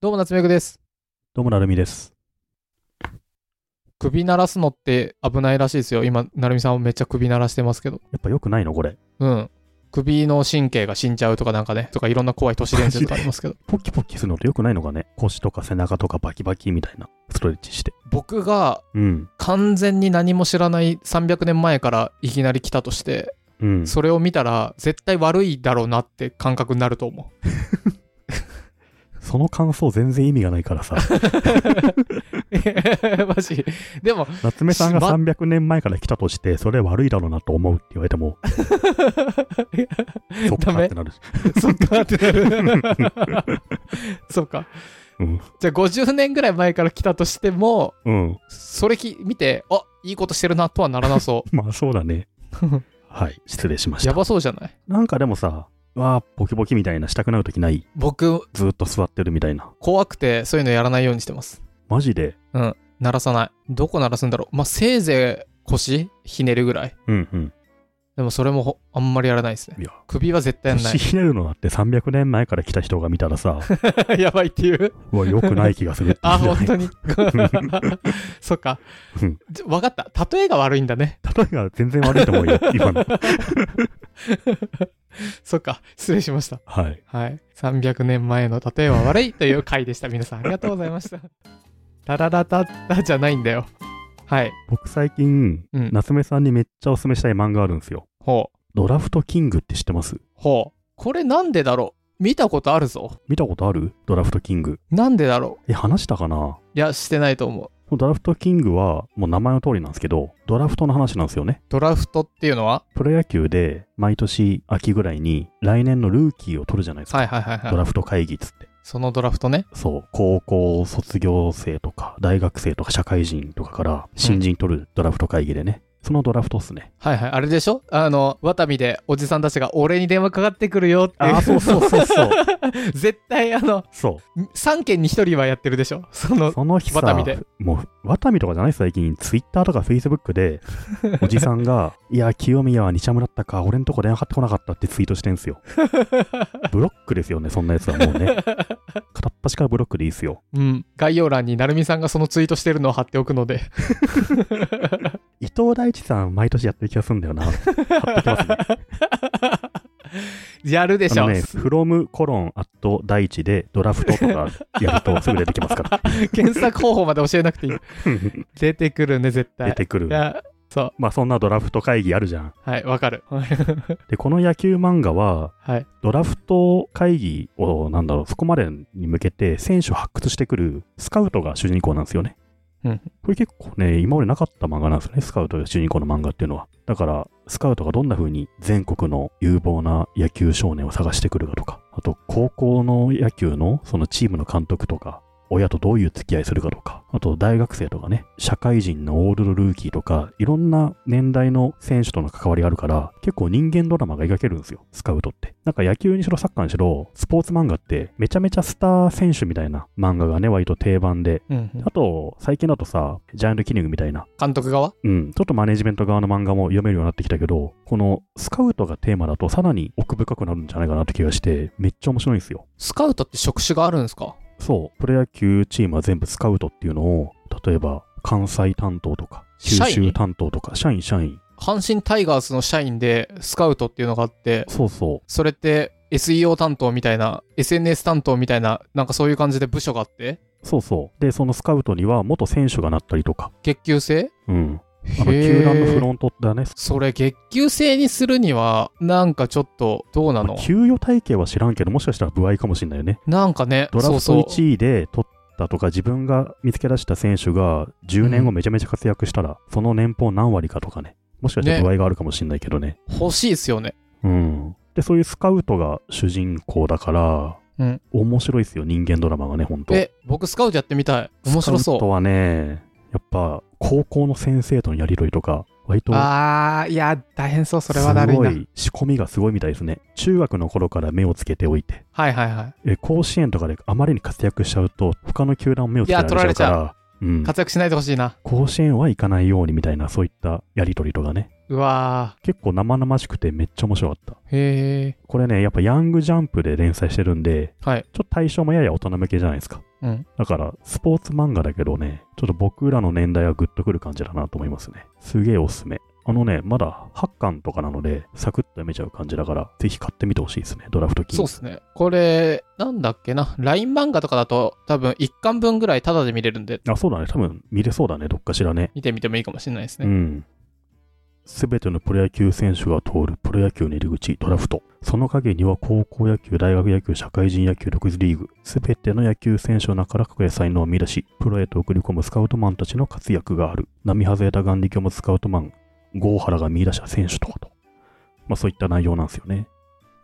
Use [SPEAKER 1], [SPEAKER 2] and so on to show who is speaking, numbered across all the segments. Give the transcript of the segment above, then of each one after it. [SPEAKER 1] どうも、夏目くです。
[SPEAKER 2] どうもなるみです。
[SPEAKER 1] 首鳴らすのって危ないらしいですよ。今、成美さんはめっちゃ首鳴らしてますけど。
[SPEAKER 2] やっぱ良くないのこれ。
[SPEAKER 1] うん。首の神経が死んじゃうとかなんかね、とかいろんな怖い都市伝説とかありますけ ど。
[SPEAKER 2] ポキポキするのって良くないのかね腰とか背中とかバキバキみたいなストレッチして。
[SPEAKER 1] 僕が
[SPEAKER 2] うん。
[SPEAKER 1] 完全に何も知らない300年前からいきなり来たとして、
[SPEAKER 2] うん。
[SPEAKER 1] それを見たら絶対悪いだろうなって感覚になると思う。
[SPEAKER 2] その感想全然意味がな いからさ。
[SPEAKER 1] マジ。でも、
[SPEAKER 2] 夏目さんが
[SPEAKER 1] しま
[SPEAKER 2] 300年前から来たとして、それ悪いだろうなと思うって言われても、そ っ
[SPEAKER 1] ダ
[SPEAKER 2] か
[SPEAKER 1] メ
[SPEAKER 2] ってなるし。
[SPEAKER 1] そっ かってなる。そっか。
[SPEAKER 2] うん。
[SPEAKER 1] じゃあ50年ぐらい前から来たとしても、
[SPEAKER 2] うん。
[SPEAKER 1] それき見て、あいいことしてるなとはならなそ
[SPEAKER 2] まあそう だね。
[SPEAKER 1] う。
[SPEAKER 2] はい。失礼 しまし
[SPEAKER 1] や
[SPEAKER 2] た。
[SPEAKER 1] ばそうじゃない
[SPEAKER 2] なんかでもさ、わあ、ポキポキみたいなしたくなるときない。
[SPEAKER 1] 僕、
[SPEAKER 2] ずっと座ってるみたいな。
[SPEAKER 1] 怖くてそういうのやらないようにしてます。
[SPEAKER 2] マジで。
[SPEAKER 1] うん。鳴らさない。どこ鳴らすんだろう。まあ、せいぜい腰ひねるぐらい。
[SPEAKER 2] うんうん。
[SPEAKER 1] でもそれもほあんまりやらないですね
[SPEAKER 2] いや。
[SPEAKER 1] 首は絶対やんな
[SPEAKER 2] 腰
[SPEAKER 1] い。
[SPEAKER 2] ひねるのだって300年前から来た人が見たらさ、
[SPEAKER 1] やばいって いう。
[SPEAKER 2] うわ、良くない気がするって言
[SPEAKER 1] あ、
[SPEAKER 2] うじゃない
[SPEAKER 1] 本当 に。そっか
[SPEAKER 2] うん。
[SPEAKER 1] じゃわかった。例えが悪いんだね。
[SPEAKER 2] 例えが全然悪いと思 うよ、今の。
[SPEAKER 1] そっか。失礼しました。
[SPEAKER 2] はい。
[SPEAKER 1] はい。300年前の例えは悪いという回でした。皆さんありがとうございま した。タララタッタじゃないんだよ。はい。
[SPEAKER 2] 僕最近、
[SPEAKER 1] うん
[SPEAKER 2] 夏目さんにめっちゃおすすめしたい漫画あるんですよ。
[SPEAKER 1] ほう。
[SPEAKER 2] ドラフトキングって知ってます
[SPEAKER 1] ほう。これなんでだろう見たことあるぞ。
[SPEAKER 2] 見たことあるドラフトキング。
[SPEAKER 1] なんでだろう
[SPEAKER 2] え、話したかない
[SPEAKER 1] や、してないと思う。
[SPEAKER 2] ドラフトキングは、もう名前の通りなんですけど、ドラフトの話なんですよね。
[SPEAKER 1] ドラフトっていうのは
[SPEAKER 2] プロ野球で、毎年秋ぐらいに、来年のルーキーを取るじゃないですか。
[SPEAKER 1] はいはいはい
[SPEAKER 2] ド
[SPEAKER 1] はい。
[SPEAKER 2] ラフト会議っつって。
[SPEAKER 1] そのドラフトね。
[SPEAKER 2] そう、高校卒業生とか、大学生とか、社会人とかから、新人取るドラフト会議でね。そのドラフトっすね。
[SPEAKER 1] はいはい。あれでしょあの、ワタミでおじさんたちが俺に電話かかってくるよっていう。
[SPEAKER 2] あー、そうそうそうそう。
[SPEAKER 1] 絶対あの、
[SPEAKER 2] そう。
[SPEAKER 1] 3件に1人はやってるでしょその、
[SPEAKER 2] その日さ、
[SPEAKER 1] ワタミで
[SPEAKER 2] もう、ワタミとかじゃないです最近、ツイッターとかフェイスブッ クで、おじさんが、いや、清宮は日ハムだったか、俺んとこ電話かかってこなかったってツイートしてん すよ。ブロックですよね、そんなやつはもうね。片っ端からブロックでいいっすよ。
[SPEAKER 1] うん。概要欄に成美さんがそのツイートしてるのを貼っておくので。
[SPEAKER 2] 伊藤大地さん、毎年やってる気がするんだよな。貼ってきますね。
[SPEAKER 1] やるで
[SPEAKER 2] あ
[SPEAKER 1] しょ。
[SPEAKER 2] のね、フロムコロンアット大地でドラフトとかやるとすぐ出てきま すから。
[SPEAKER 1] 検索方法まで教えなくていい。出てくるね、絶対。
[SPEAKER 2] 出てくる
[SPEAKER 1] い。や、そ
[SPEAKER 2] まあそんなドラフト会議あるじゃん。
[SPEAKER 1] う。はい、わかる。
[SPEAKER 2] で、この野球漫画は、
[SPEAKER 1] はい。
[SPEAKER 2] ドラフト会議を、なんだろう、そこまでに向けて選手を発掘してくるスカウトが主人公なんですよね。
[SPEAKER 1] うん
[SPEAKER 2] これ結構ね、今までなかった漫画なんですよね、スカウトが主人公の漫画っていうのは。だから、スカウトがどんな風に全国の有望な野球少年を探してくるかとか、あと、高校の野球のそのチームの監督とか、親とどういう付き合いするかとか、あと大学生とかね、社会人のオールドルーキーとか、いろんな年代の選手との関わりがあるから、結構人間ドラマが描けるんですよ、スカウトって。なんか野球にしろサッカーにしろ、スポーツ漫画って、めちゃめちゃスター選手みたいな漫画がね、割と定番で。
[SPEAKER 1] うんうん
[SPEAKER 2] あと、最近だとさ、ジャイアントキリングみたいな、
[SPEAKER 1] 監督側
[SPEAKER 2] うん、ちょっとマネジメント側の漫画も読めるようになってきたけど、このスカウトがテーマだとさらに奥深くなるんじゃないかなって気がして、めっちゃ面白いんですよ。
[SPEAKER 1] スカウトって職種があるんですか
[SPEAKER 2] そう、プロ野球チームは全部スカウトっていうのを、例えば関西担当とか、九
[SPEAKER 1] 社員
[SPEAKER 2] 州担当とか、社員、社員、
[SPEAKER 1] 阪神タイガースの社員でスカウトっていうのがあって、
[SPEAKER 2] そうそ
[SPEAKER 1] それって SEO 担当みたいな、SNS 担当みたいな、なんかそういう感じで部署があって、
[SPEAKER 2] う、そうそう。で、そのスカウトには元選手がなったりとか、
[SPEAKER 1] 月給制
[SPEAKER 2] うん。あの、
[SPEAKER 1] へー
[SPEAKER 2] 球団のフロントだね。
[SPEAKER 1] それ月給制にするには、なんかちょっと、どうな
[SPEAKER 2] ま
[SPEAKER 1] の
[SPEAKER 2] あ給与体系は知らんけど、もしかしたら部合かもしれないよね。
[SPEAKER 1] なんかね、
[SPEAKER 2] ドラ
[SPEAKER 1] そう
[SPEAKER 2] フ
[SPEAKER 1] そう
[SPEAKER 2] ト1位で取ったとか、自分が見つけ出した選手が10年後めちゃめちゃ活躍したら、その年俸何割かとかね。もしかしたら
[SPEAKER 1] ね
[SPEAKER 2] 部合があるかもしれないけどね。
[SPEAKER 1] 欲しいですよね。
[SPEAKER 2] うん。で、そういうスカウトが主人公だから、
[SPEAKER 1] うん
[SPEAKER 2] 面白いですよ、人間ドラマがね、本当
[SPEAKER 1] え、僕スカウトやってみたい。面白
[SPEAKER 2] スカウト
[SPEAKER 1] そ
[SPEAKER 2] はね、やっぱ、高校の先生とのやりとりとか、割
[SPEAKER 1] う。
[SPEAKER 2] と、
[SPEAKER 1] あー、いや、大変そう。そ
[SPEAKER 2] す
[SPEAKER 1] れはだるい
[SPEAKER 2] ご
[SPEAKER 1] な。
[SPEAKER 2] い、仕込みがすごいみたいですね。中学の頃から目をつけておいて、
[SPEAKER 1] はいはいは
[SPEAKER 2] え甲子園とかであまりに活躍しちゃうと、他の球団も目をつけられちゃう
[SPEAKER 1] いや取
[SPEAKER 2] からら、うん
[SPEAKER 1] い。、活躍しないでほしいな。
[SPEAKER 2] 甲子園は行かないようにみたいな、そういったやりとりとかね。
[SPEAKER 1] ううわ
[SPEAKER 2] 結構生々しくてめっちゃ面白かった。
[SPEAKER 1] ー。へえ。
[SPEAKER 2] これね、やっぱヤングジャンプで連載してるんで、
[SPEAKER 1] はい。
[SPEAKER 2] ちょっと対象もやや大人向けじゃないですか。
[SPEAKER 1] うん。
[SPEAKER 2] だから、スポーツ漫画だけどね、ちょっと僕らの年代はグッとくる感じだなと思いますね。すげえおすすめ。あのね、まだ8巻とかなので、サクッと読めちゃう感じだから、ぜひ買ってみてほしいですね、ドラフトキン
[SPEAKER 1] そうっすね。これ、なんだっけな。LINE 漫画とかだと、多分1巻分ぐらいタダで見れるんで、
[SPEAKER 2] あ、そうだね、多分見れそうだね、どっかしらね。
[SPEAKER 1] 見てみてもいいかもしれないです
[SPEAKER 2] う
[SPEAKER 1] ね。
[SPEAKER 2] ん。すべてのプロ野球選手が通るプロ野球の入り口、ドラフト。その陰には高校野球、大学野球、社会人野球、独立リーグ。すべての野球選手の中から各才能を見出し、プロへと送り込むスカウトマンたちの活躍がある。並外れた眼力を持つスカウトマン、郷原が見出した選手とかと。まあそういった内容なんですよね。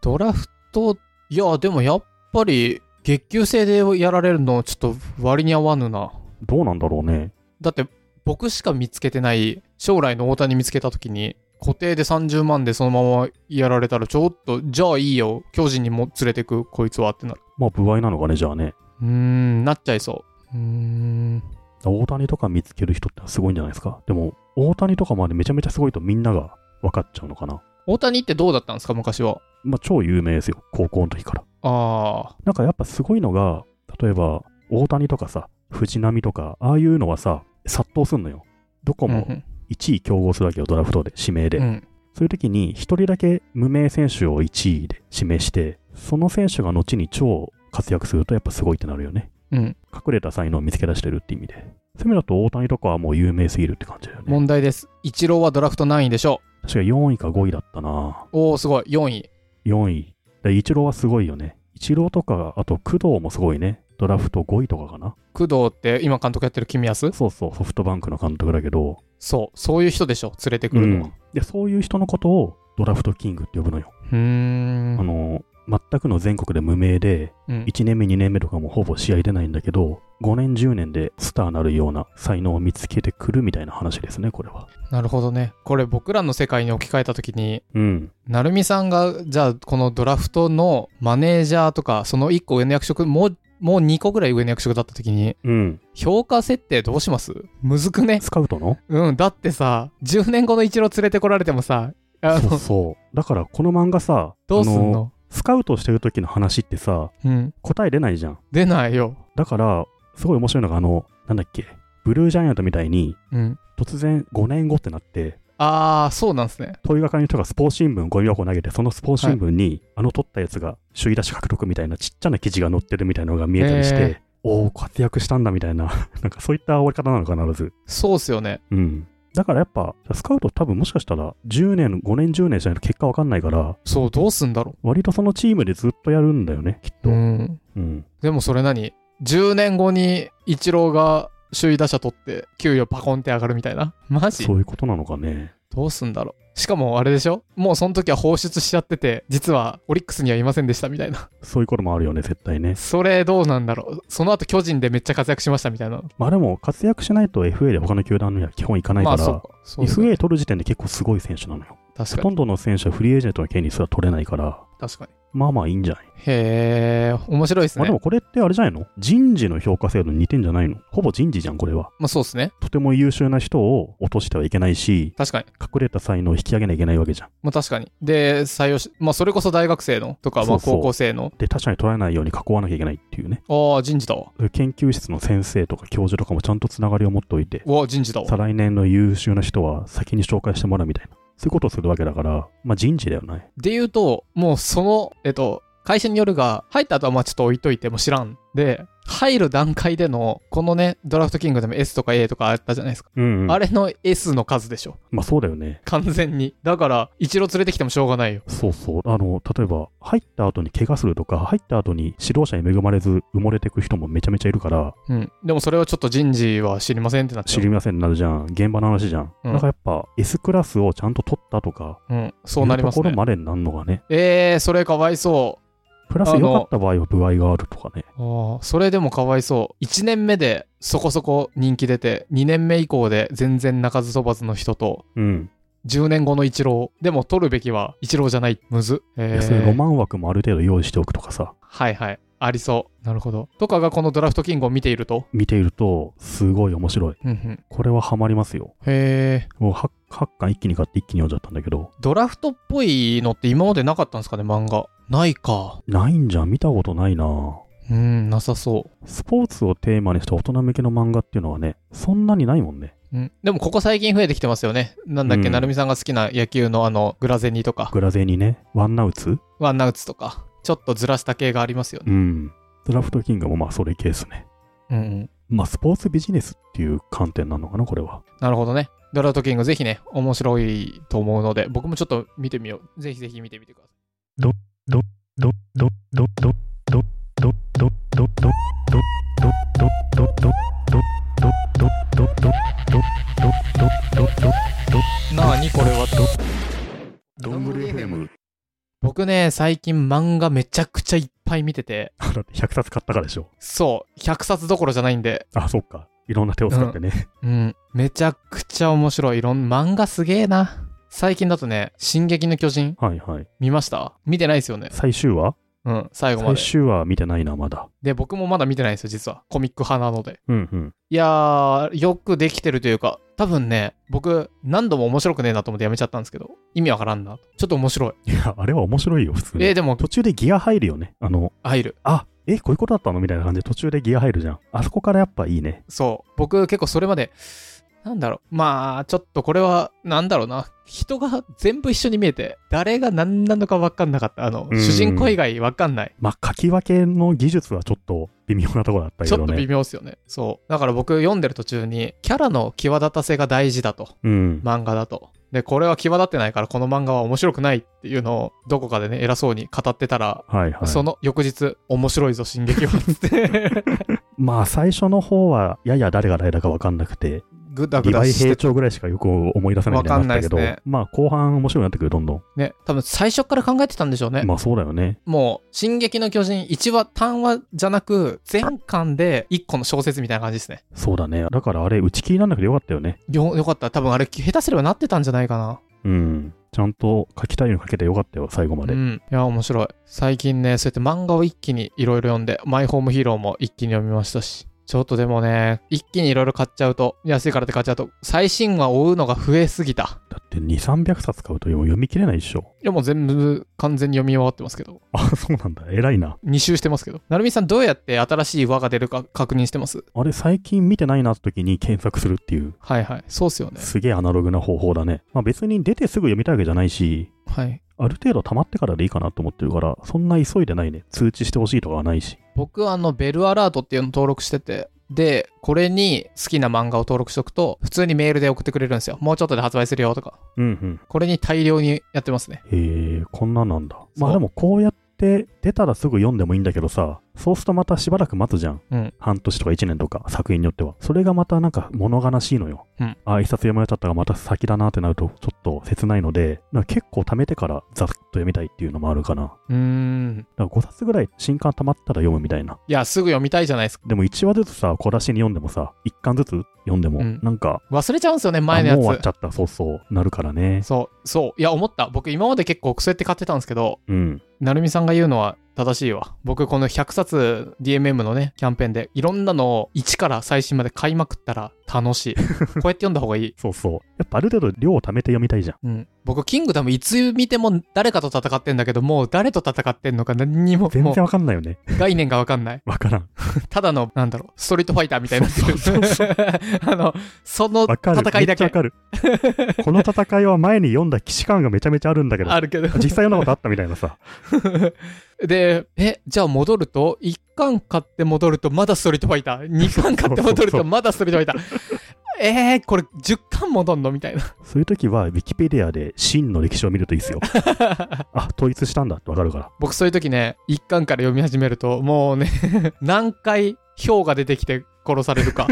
[SPEAKER 1] ドラフト、いや、でもやっぱり、月給制でやられるの、ちょっと割に合わぬな。
[SPEAKER 2] どうなんだろうね。
[SPEAKER 1] だって僕しか見つけてない将来の大谷見つけた時に固定で30万でそのままやられたらちょっとじゃあいいよ巨人にも連れてくこいつはってなる
[SPEAKER 2] まあ、不合なのかね、じゃあね。
[SPEAKER 1] うーんなっちゃいそううーん
[SPEAKER 2] 大谷とか見つける人ってすごいんじゃないですか。でも、大谷とかまでめちゃめちゃすごいとみんなが分かっちゃうのかな。
[SPEAKER 1] 大谷ってどうだったんですか昔は
[SPEAKER 2] まあ、超有名ですよ、高校の時から。
[SPEAKER 1] あ
[SPEAKER 2] なんかやっぱすごいのが、例えば、大谷とかさ、藤浪とか、ああいうのはさ、殺到すんのよ。ど
[SPEAKER 1] あ
[SPEAKER 2] こも1位競合するわけよ、ドラフトで、指名で。
[SPEAKER 1] うん
[SPEAKER 2] そういう時に、1人だけ無名選手を1位で指名して、その選手が後に超活躍すると、やっぱすごいってなるよね。
[SPEAKER 1] うん、
[SPEAKER 2] 隠れた才能を見つけ出してるって意味で。そういう意味だと、大谷とかはもう有名すぎるって感じだよね。
[SPEAKER 1] 問題ですイチローはドラフト何位でしょ
[SPEAKER 2] 確か4位か5位だったな
[SPEAKER 1] うおおすごい4位
[SPEAKER 2] 4位。で、イチローはすごいよね。イチローとか、あと工藤もすごいね。ドラフト5位とかかな。
[SPEAKER 1] 工藤って今監督やってる君安
[SPEAKER 2] そうそう、ソフトバンクの監督だけど、
[SPEAKER 1] そうそういう人でしょ連れてくるのは
[SPEAKER 2] でそういう人のことをドラフトキングって呼ぶのよ。
[SPEAKER 1] うーん
[SPEAKER 2] あの、全くの全国で無名で、
[SPEAKER 1] うん
[SPEAKER 2] 1年目、2年目とかもほぼ試合出ないんだけど、5年、10年でスターなるような才能を見つけてくるみたいな話ですね、これは。
[SPEAKER 1] なるほどねこれ僕らの世界に置き換えた時に
[SPEAKER 2] うん。
[SPEAKER 1] なるみさんがじゃあこのドラフトのマネージャーとかその1個上の役職もうもう2個ぐらい上の役職だった時に
[SPEAKER 2] うん。
[SPEAKER 1] 評価設定どうしますむずくね
[SPEAKER 2] スカウトの
[SPEAKER 1] うんだってさ10年後の一郎連れてこられてもさあ
[SPEAKER 2] そう
[SPEAKER 1] の
[SPEAKER 2] そう。だからこの漫画さ、
[SPEAKER 1] どうすん
[SPEAKER 2] あの
[SPEAKER 1] の
[SPEAKER 2] スカウトしてる時の話ってさ、
[SPEAKER 1] うん
[SPEAKER 2] 答え出ないじゃん。
[SPEAKER 1] 出ないよ
[SPEAKER 2] だから、すごい面白いのが、あの、なんだっけ、ブルージャイアントみたいに、
[SPEAKER 1] うん
[SPEAKER 2] 突然5年後ってなって、
[SPEAKER 1] ああそうなんすね
[SPEAKER 2] 問い係の人がスポーツ新聞ゴミ箱投げて、そのスポーツ新聞に、あの取ったやつが首位打者獲得みたいなちっちゃな記事が載ってるみたいなのが見えたりし
[SPEAKER 1] へ
[SPEAKER 2] て、おお、活躍したんだみたいな、 なんかそういった終わり方なのかな、必ず。
[SPEAKER 1] そうっすよね
[SPEAKER 2] うん。だからやっぱ、スカウト多分もしかしたら、10年、5年、10年じゃないと結果わかんないから、
[SPEAKER 1] そうどうすんだろ
[SPEAKER 2] 割とそのチームでずっとやるんだよね、きっ
[SPEAKER 1] う、
[SPEAKER 2] と。
[SPEAKER 1] うん、
[SPEAKER 2] うん。
[SPEAKER 1] でもそれ何10年後に一郎が首位打者取って給与パコンって上がるみたいなマジ
[SPEAKER 2] そういうことなのかね。
[SPEAKER 1] どうすんだろうしかもあれでしょもうその時は放出しちゃってて実はオリックスにはいませんでしたみたいな
[SPEAKER 2] そういうこともあるよね、絶対ね。
[SPEAKER 1] それどうなんだろうその後巨人でめっちゃ活躍しましたみたいな
[SPEAKER 2] まあでも、活躍しないと FA で他の球団には基本行かない
[SPEAKER 1] ま
[SPEAKER 2] か
[SPEAKER 1] あ
[SPEAKER 2] ら、
[SPEAKER 1] そうかそうだね
[SPEAKER 2] FA 取る時点で結構すごい選手なのよ。ほ
[SPEAKER 1] 確か
[SPEAKER 2] と
[SPEAKER 1] に
[SPEAKER 2] んどの選手はフリーエージェントの権利すら取れないから、
[SPEAKER 1] 確かに
[SPEAKER 2] まあまあいいんじゃない、
[SPEAKER 1] へえ面白いです
[SPEAKER 2] まあ
[SPEAKER 1] ね
[SPEAKER 2] でもこれってあれじゃないの人事の評価制度に似てんじゃないのほぼ人事じゃん、これは。
[SPEAKER 1] まあそうですね
[SPEAKER 2] とても優秀な人を落としてはいけないし、
[SPEAKER 1] 確かに
[SPEAKER 2] 隠れた才能を引き上げなきゃいけないわけじゃん。
[SPEAKER 1] まあ確かにで採用しまあそれこそ大学生のとかま
[SPEAKER 2] そう
[SPEAKER 1] あ
[SPEAKER 2] そう
[SPEAKER 1] 高校生の
[SPEAKER 2] で、他者に取られないように囲わなきゃいけないっていうね。
[SPEAKER 1] ああ人事だわ
[SPEAKER 2] 研究室の先生とか教授とかもちゃんとつながりを持っておいて、
[SPEAKER 1] うわ人事だ
[SPEAKER 2] 再
[SPEAKER 1] わ
[SPEAKER 2] 来年の優秀な人は先に紹介してもらうみたいな。そういうことをするわけだから、まあ人事だよね。
[SPEAKER 1] で言うともうそのえっと会社によるが入った後はまあちょっと置いといても知らんで入る段階でのこのねドラフトキングでも S とか A とかあったじゃないですか
[SPEAKER 2] うん、うん。
[SPEAKER 1] あれの S の数でしょ。
[SPEAKER 2] まあそうだよね。
[SPEAKER 1] 完全に。だから、一郎連れてきてもしょうがないよ。
[SPEAKER 2] そうそう。あの、例えば、入った後に怪我するとか、入った後に指導者に恵まれず埋もれていく人もめちゃめちゃいるから、
[SPEAKER 1] うん。でもそれはちょっと人事は知りませんってなっち
[SPEAKER 2] 知
[SPEAKER 1] ゃう。
[SPEAKER 2] りませんになるじゃん。現場の話じゃん。
[SPEAKER 1] うん
[SPEAKER 2] だからやっぱ、S クラスをちゃんと取ったとか、
[SPEAKER 1] うん。そうなります
[SPEAKER 2] いうところ
[SPEAKER 1] ね。
[SPEAKER 2] までになるのがね。
[SPEAKER 1] えー、それかわいそう。
[SPEAKER 2] プラ
[SPEAKER 1] あ
[SPEAKER 2] ス
[SPEAKER 1] の
[SPEAKER 2] 良かった場合は具合があるとかね。
[SPEAKER 1] ああ、それでもかわいそう。1年目でそこそこ人気出て、2年目以降で全然泣かず飛ばずの人と、
[SPEAKER 2] うん。
[SPEAKER 1] 10年後の一郎。でも取るべきは一郎じゃない。むず。
[SPEAKER 2] い
[SPEAKER 1] え
[SPEAKER 2] やそういうロマン枠もある程度用意しておくとかさ、
[SPEAKER 1] はいはい。ありそう。なるほど。とかがこのドラフトキングを見ていると。
[SPEAKER 2] 見ていると、すごい面白い。
[SPEAKER 1] うんうん。
[SPEAKER 2] これはハマりますよ。
[SPEAKER 1] へえ。
[SPEAKER 2] もう8 8巻一気に買って一気に読んじゃったんだけど、
[SPEAKER 1] ドラフトっぽいのって今までなかったんですかね、漫画。ないか。
[SPEAKER 2] ないんじゃん見たことないな
[SPEAKER 1] うん、なさそ
[SPEAKER 2] スポーツをテーマにした大人向けの漫画っていうのはね、そんなにないもんね。
[SPEAKER 1] う。うん、でもここ最近増えてきてますよね。なんだっけ、
[SPEAKER 2] うん
[SPEAKER 1] 成美さんが好きな野球のあの、グラゼニとか、
[SPEAKER 2] グラゼにね、ワンナウツ
[SPEAKER 1] ワンナウツとか、ちょっとずらした系がありますよ
[SPEAKER 2] う
[SPEAKER 1] ね。
[SPEAKER 2] ん。ドラフトキングもまあそれケースね。
[SPEAKER 1] うん、うん。
[SPEAKER 2] まあスポーツビジネスっていう観点なのかな、これは。
[SPEAKER 1] なるほどね。ドラフトキングぜひね、面白いと思うので、僕もちょっと見てみよう。ぜひぜひ見てみてください。
[SPEAKER 2] ど、ど、ど、ど、ど、ど、ど、ど、ど、ど、ど、ど、ど、ど、ど、ど、ど、ど、ど、ど、ど、ど、
[SPEAKER 1] なあにこれは
[SPEAKER 2] どんぐり FM。
[SPEAKER 1] 僕ね、最近漫画めちゃくちゃいっぱい見てて、
[SPEAKER 2] だって100冊買ったからでしょ。
[SPEAKER 1] そう、100冊どころじゃないんで、
[SPEAKER 2] あ、そっか。いろんな手を使ってね。
[SPEAKER 1] うん、めちゃくちゃ面白い。いろんな漫画すげえな。最近だとね、進撃の巨人
[SPEAKER 2] はいはい。
[SPEAKER 1] 見ました見てないですよね。
[SPEAKER 2] 最終話
[SPEAKER 1] うん、最後ま
[SPEAKER 2] 最
[SPEAKER 1] で。
[SPEAKER 2] 終話見てないな、まだ。
[SPEAKER 1] で、僕もまだ見てないんですよ、実は。コミック派なので。
[SPEAKER 2] うんうん。
[SPEAKER 1] いやー、よくできてるというか、多分ね、僕、何度も面白くねえなと思ってやめちゃったんですけど、意味わからんな。ちょっと面白い。
[SPEAKER 2] いや、あれは面白いよ、普通に。
[SPEAKER 1] えー、でも、
[SPEAKER 2] 途中でギア入るよね。あの、
[SPEAKER 1] 入る。
[SPEAKER 2] あ、え、こういうことだったのみたいな感じで途中でギア入るじゃん。あそこからやっぱいいね。
[SPEAKER 1] そう。僕結構それまで、なんだろう。まあ、ちょっとこれは、なんだろうな。人が全部一緒に見えて、誰が何なのか分かんなかった。あの、
[SPEAKER 2] うん
[SPEAKER 1] 主人公以外分かんない。
[SPEAKER 2] まあ、書き分けの技術はちょっと微妙なところだったけ
[SPEAKER 1] ちょ
[SPEAKER 2] ど
[SPEAKER 1] っと微
[SPEAKER 2] ね。
[SPEAKER 1] 妙っすよね。そう。だから僕読んでる途中に、キャラの際立たせが大事だと。
[SPEAKER 2] うん。
[SPEAKER 1] 漫画だと。で、これは際立ってないから、この漫画は面白くないっていうのを、どこかでね、偉そうに語ってたら、
[SPEAKER 2] はいはい。
[SPEAKER 1] その翌日、面白いぞ、進撃は。つ って、
[SPEAKER 2] まあ、最初の方は、やや誰が誰だか分かんなくて、
[SPEAKER 1] ぐだぐ
[SPEAKER 2] リ
[SPEAKER 1] だ
[SPEAKER 2] 倍
[SPEAKER 1] して
[SPEAKER 2] 平調ぐらいしかよく思い出せないみたいになったけど、
[SPEAKER 1] わかんないです
[SPEAKER 2] まあ、後半面白くなってくる、どんどん。
[SPEAKER 1] ね、多分最初から考えてたんでしょうね。
[SPEAKER 2] まあ、そうだよね。
[SPEAKER 1] もう、進撃の巨人1話、単話じゃなく、全巻で1個の小説みたいな感じですね。
[SPEAKER 2] そうだね。だからあれ、打ち切りなんだけどよかったよね。
[SPEAKER 1] よ、よかった。多分あれ、下手すればなってたんじゃないかな。
[SPEAKER 2] うん。ちゃんと書きたいの書けてよかったよ、最後まで。
[SPEAKER 1] うん。いや、面白い。最近ね、そうやって漫画を一気にいろいろ読んで、マイホームヒーローも一気に読みましたし。ちょっとでもね、一気にいろいろ買っちゃうと、安いからって買っちゃうと、最新話追うのが増えすぎた。
[SPEAKER 2] だって、2、300冊買うともう読み切れないでしょ。
[SPEAKER 1] いや、もう全部完全に読み終わってますけど。
[SPEAKER 2] あ、そうなんだ。偉いな。
[SPEAKER 1] 2周してますけど。なるみさん、どうやって新しい輪が出るか確認してます
[SPEAKER 2] あれ、最近見てないなって時に検索するっていう、
[SPEAKER 1] はいはい。そうっすよね。
[SPEAKER 2] すげえアナログな方法だね。まあ別に出てすぐ読みたいわけじゃないし、
[SPEAKER 1] はい。
[SPEAKER 2] ある程度溜まってからでいいかなと思ってるから、そんな急いでないね。通知してほしいとかはないし。
[SPEAKER 1] 僕はあのベルアラートっていうの登録しててでこれに好きな漫画を登録しとくと普通にメールで送ってくれるんですよもうちょっとで発売するよとか
[SPEAKER 2] うんうん。
[SPEAKER 1] これに大量にやってますね
[SPEAKER 2] へえこんなんなんだ。まあ
[SPEAKER 1] そう
[SPEAKER 2] でもこうやって出たらすぐ読んでもいいんだけどさ、そうするとまたしばらく待つじゃん。
[SPEAKER 1] うん
[SPEAKER 2] 半年とか1年とか作品によっては。それがまたなんか物悲しいのよ。
[SPEAKER 1] うん
[SPEAKER 2] あ、一冊読まれちゃったがまた先だなってなるとちょっと切ないので、なんか結構溜めてからざっと読みたいっていうのもあるかな。
[SPEAKER 1] うーん
[SPEAKER 2] だから5冊ぐらい新刊溜まったら読むみたいな。
[SPEAKER 1] いやすぐ読みたいじゃないですか
[SPEAKER 2] でも1話ずつさ、小出しに読んでもさ、1巻ずつ読んでも、
[SPEAKER 1] うん
[SPEAKER 2] なんか、
[SPEAKER 1] 忘れちゃうんですよね
[SPEAKER 2] あ
[SPEAKER 1] 前の
[SPEAKER 2] もう終わ
[SPEAKER 1] や
[SPEAKER 2] っちゃった、そうそう、なるからね
[SPEAKER 1] つ。そうそういや思った僕今まで結構そうやって買ってたんですけど
[SPEAKER 2] うん。
[SPEAKER 1] なるみさんが言うのは正しいわ僕この100冊 DMM のねキャンペーンでいろんなのを1から最新まで買いまくったら楽 しいこうやって読んだ方がいい
[SPEAKER 2] そうそう。やっぱある程度量を貯めて読みたいじゃん。
[SPEAKER 1] うん、僕、キングダムいつ見ても誰かと戦ってんだけど、もう誰と戦ってんのか何にも
[SPEAKER 2] 全
[SPEAKER 1] も
[SPEAKER 2] 然わかんないよね。。
[SPEAKER 1] う概念がわかんない
[SPEAKER 2] わからん。
[SPEAKER 1] ただの、なんだろう、ストリートファイターみたいになってる
[SPEAKER 2] そうそうそ
[SPEAKER 1] あの、その
[SPEAKER 2] わかる。
[SPEAKER 1] 戦いだ
[SPEAKER 2] め
[SPEAKER 1] け
[SPEAKER 2] っちゃわ かる。この戦いは前に読んだ騎士感がめちゃめちゃあるんだけど、
[SPEAKER 1] あるけど。
[SPEAKER 2] 実際読んだことあったみたいなさ。
[SPEAKER 1] で、え、じゃあ戻ると、1巻買って戻ると、まだストリートファイター。2巻買って戻る
[SPEAKER 2] そうそうそ
[SPEAKER 1] と、
[SPEAKER 2] う
[SPEAKER 1] まだストリートファイター。えー、これ10巻戻んのみたいな。
[SPEAKER 2] そういう時は、ウィキペディアで真の歴史を見るといいですよ。あ、統一したんだってわかるから。
[SPEAKER 1] 僕、そういう時ね、1巻から読み始めると、もう ね、何回、氷が出てきて殺され るか。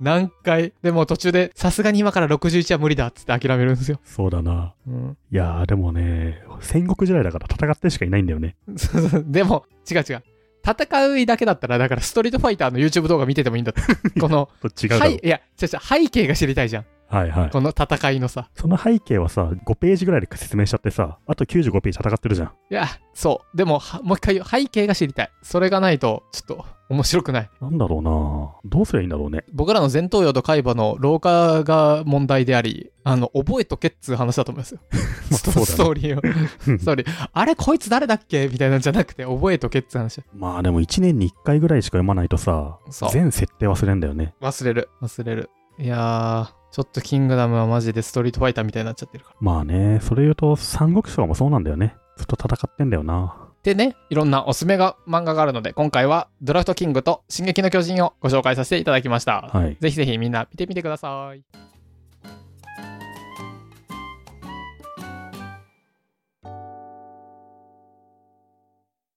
[SPEAKER 1] 何回。でも途中で、さすがに今から61は無理だっつって諦めるんですよ。
[SPEAKER 2] そうだな。
[SPEAKER 1] うん、
[SPEAKER 2] いやー、でもね、戦国時代だから戦ってしかいないんだよね。
[SPEAKER 1] そうそうでも、違う違う。戦うだけだったら、だ からストリートファイターの YouTube 動画見ててもいいんだって。この、
[SPEAKER 2] と違うだろ
[SPEAKER 1] はい、いや、違う違う背景が知りたいじゃん。
[SPEAKER 2] はいはい。
[SPEAKER 1] この戦いのさ。
[SPEAKER 2] その背景はさ、5ページぐらいで説明しちゃってさ、あと95ページ戦ってるじゃん。
[SPEAKER 1] いや、そう。でも、はもう一回言う。背景が知りたい。それがないと、ちょっと、面白くない。
[SPEAKER 2] なんだろうなどうすりゃいいんだろうね。
[SPEAKER 1] 僕らの前頭葉と海馬の老化が問題であり、あの、覚えとけっつう話だと思いますよ。
[SPEAKER 2] まあ
[SPEAKER 1] スト
[SPEAKER 2] そうだね
[SPEAKER 1] ストーリーを。ストーリー。あれ、こいつ誰だっけみたいなんじゃなくて、覚えとけっつう話。
[SPEAKER 2] まあでも1年に1回ぐらいしか読まないとさ、
[SPEAKER 1] そう
[SPEAKER 2] 全設定忘れんだよね。
[SPEAKER 1] 忘れる。忘れる。いやー、ちょっとキングダムはマジでストリートファイターみたいになっちゃってるから。
[SPEAKER 2] まあね、それ言うと三国志とかもそうなんだよね。ずっと戦ってんだよな。
[SPEAKER 1] でね、いろんなおすすめが漫画があるので、今回はドラフトキングと進撃の巨人をご紹介させていただきました。
[SPEAKER 2] はい。
[SPEAKER 1] ぜひぜひみんな見てみてください。